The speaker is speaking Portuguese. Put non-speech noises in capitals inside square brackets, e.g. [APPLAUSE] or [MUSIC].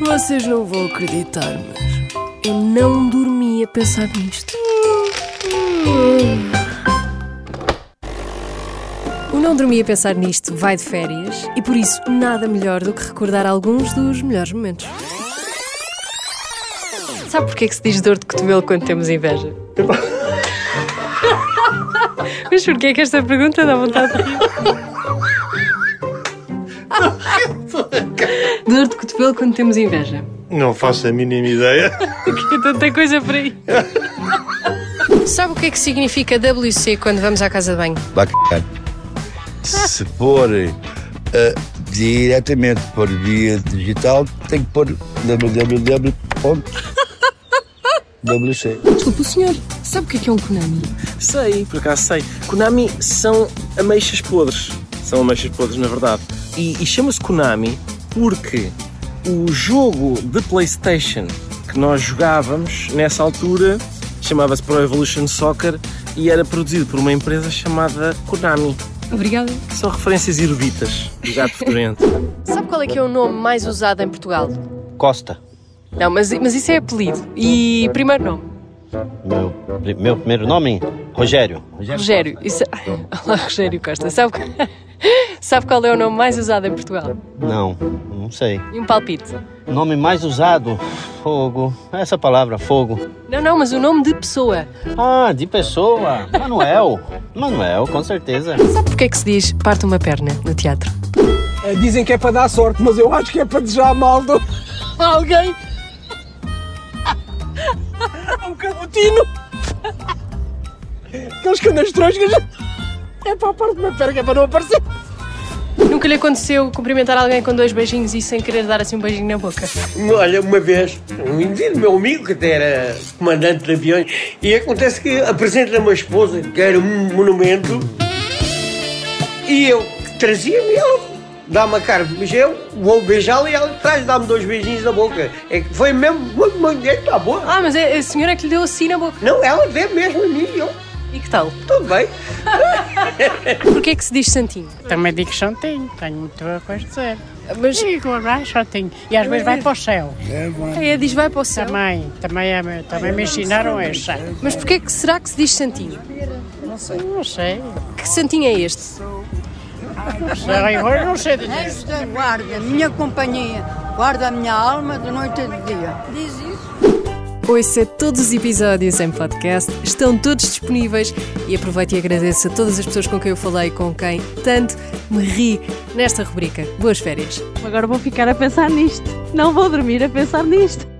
Vocês não vão acreditar, mas eu não dormi a pensar nisto. O Não Dormia Pensar Nisto vai de férias e por isso nada melhor do que recordar alguns dos melhores momentos. Sabe porquê que se diz dor de cotovelo quando temos [LAUGHS] inveja? Mas porquê que esta pergunta dá vontade de rir? dor de cotovelo quando temos inveja. Não faço a mínima ideia. Porque tanta coisa por aí. Sabe o que é que significa WC quando vamos à casa de banho? Vá cagar. Se for eh, diretamente por via digital, tem que pôr www.wc. Desculpe, o senhor sabe o que é que é um Konami? Sei, por acaso sei. Konami são ameixas podres. São ameixas podres, na verdade. E, e chama-se Konami porque o jogo de PlayStation que nós jogávamos nessa altura chamava-se Pro Evolution Soccer e era produzido por uma empresa chamada Konami. Obrigada. Que são referências eruditas [LAUGHS] do gato fedorento. Sabe qual é que é o nome mais usado em Portugal? Costa. Não, mas, mas isso é apelido. E primeiro nome? Meu, pri- meu primeiro nome? Rogério. Rogério. Isso... é- [LAUGHS] Olá, Rogério Costa. Sabe... qual- [LAUGHS] Sabe qual é o nome mais usado em Portugal? Não, não sei. E um palpite? Nome mais usado? Fogo. Essa palavra, fogo. Não, não, mas o nome de pessoa. Ah, de pessoa. Manuel. Manuel, com certeza. Sabe porquê é que se diz parte uma perna no teatro? Dizem que é para dar sorte, mas eu acho que é para desejar mal do... Alguém? um cabotino. Aqueles canastrões É para a parte de uma perna, é para não aparecer. Nunca lhe aconteceu cumprimentar alguém com dois beijinhos e sem querer dar assim um beijinho na boca? Olha, uma vez, um indivíduo, meu amigo, que até era comandante de aviões, e acontece que apresenta a uma esposa, que era um monumento, e eu que trazia-me, ela dá-me a cara, mas eu vou beijá-la e ela traz, dá-me dois beijinhos na boca. É que foi mesmo muito, muito, está boa. Ah, mas é a senhora que lhe deu assim na boca. Não, ela vê mesmo a mim, e eu, E que tal? tudo bem. Porquê que se diz santinho? Também digo chantinho, tenho muito a coisa a dizer. Mas digo, vai chantinho. E às vezes vai para o céu. É, diz vai para o céu. Também, também, é- também me ensinaram essa. Mas porquê que será que se diz santinho? Não sei, Que santinho é este? sei, agora é não sei dizer. Esta guarda, minha companhia, guarda a minha alma de noite e de dia. Diz isso. Ouça todos os episódios em podcast, estão todos disponíveis e aproveito e agradeço a todas as pessoas com quem eu falei, com quem tanto me ri nesta rubrica. Boas férias! Agora vou ficar a pensar nisto. Não vou dormir a pensar nisto.